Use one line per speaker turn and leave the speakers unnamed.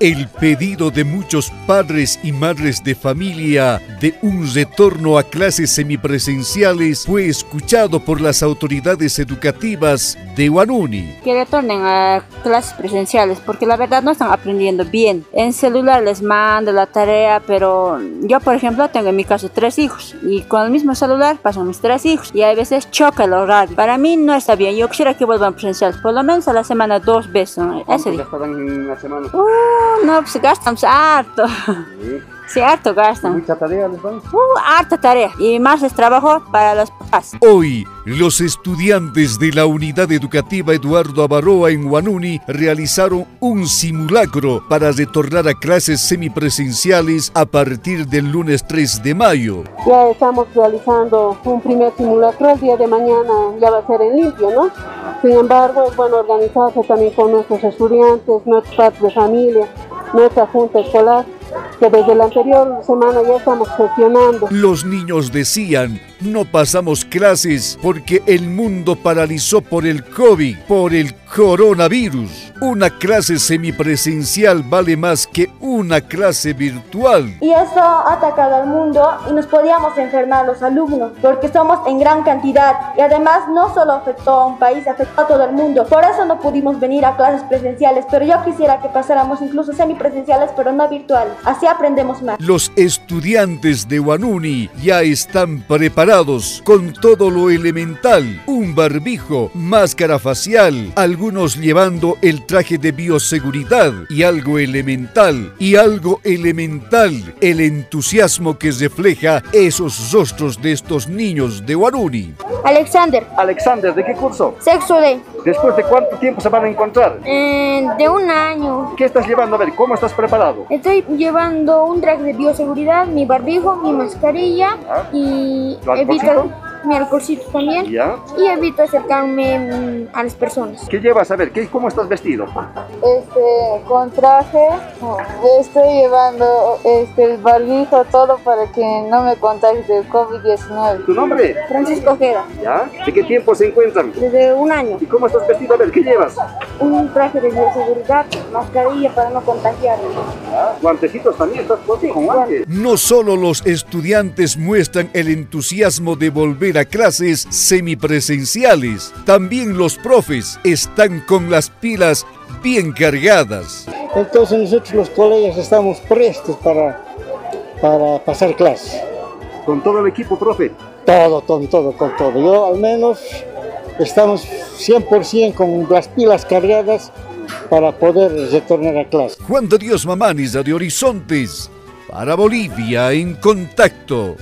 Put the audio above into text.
el pedido de muchos padres y madres de familia de un retorno a clases semipresenciales fue escuchado por las autoridades educativas de Guanuni.
Que retornen a clases presenciales porque la verdad no están aprendiendo bien. En celular les mando la tarea, pero yo por ejemplo tengo en mi caso tres hijos y con el mismo celular pasan mis tres hijos y a veces choca el horario. Para mí no está bien, yo quisiera que vuelvan presenciales por lo menos a la semana dos veces. ¿no? Eso digo.
en la semana?
Uh, no, pues gastamos harto.
Sí.
Sí, harto gastan.
Mucha tarea les dan.
Uh, harta tarea. Y más es trabajo para los papás.
Hoy, los estudiantes de la Unidad Educativa Eduardo Avaroa en Guanuni realizaron un simulacro para retornar a clases semipresenciales a partir del lunes 3 de mayo.
Ya estamos realizando un primer simulacro, el día de mañana ya va a ser en limpio, ¿no? Sin embargo, es bueno organizarse también con nuestros estudiantes, nuestros padres de familia, nuestra junta escolar, que desde la anterior semana ya estamos gestionando.
Los niños decían, no pasamos clases porque el mundo paralizó por el COVID, por el coronavirus. Una clase semipresencial vale más que una clase virtual.
Y eso ha atacado al mundo y nos podíamos enfermar los alumnos porque somos en gran cantidad y además no solo afectó a un país, afectó a todo el mundo. Por eso no pudimos venir a clases presenciales, pero yo quisiera que pasáramos incluso semipresenciales pero no virtuales. Así aprendemos más.
Los estudiantes de Wanuni ya están preparados con todo lo elemental, un barbijo, máscara facial, algunos llevando el traje de bioseguridad y algo elemental, y algo elemental, el entusiasmo que refleja esos rostros de estos niños de Wanuni.
Alexander,
Alexander, ¿de qué curso?
sexo de,
¿Después de cuánto tiempo se van a encontrar?
eh, de un año.
¿Qué estás llevando? A ver, ¿cómo estás preparado?
Estoy llevando un traje de bioseguridad, mi barbijo, mi mascarilla
Ah.
y
¿Tu
evito
alcoholcito?
mi alcoholcito también
¿Ya?
y evito acercarme mm, a las personas.
¿Qué llevas? A ver, ¿qué, ¿cómo estás vestido?
este con traje estoy llevando este el barbijo todo para que no me contagie del COVID-19
¿Tu nombre?
Francisco Ojeda,
¿Ya? ¿De qué tiempo se encuentran?
desde un año,
¿Y cómo estás vestido? A ver, ¿qué llevas?
un traje de bioseguridad, mascarilla para no contagiarme.
¿Guantecitos también? ¿Estás puesto con guantes?
No solo los estudiantes muestran el entusiasmo de volver a clases semipresenciales, también los profes están con las pilas bien cargadas.
Entonces nosotros los colegas estamos prestos para, para pasar clase.
Con todo el equipo, profe.
Todo, con todo, con todo. Yo al menos estamos 100% con las pilas cargadas para poder retornar a clase.
Juan de Dios Mamaniza de Horizontes, para Bolivia en contacto.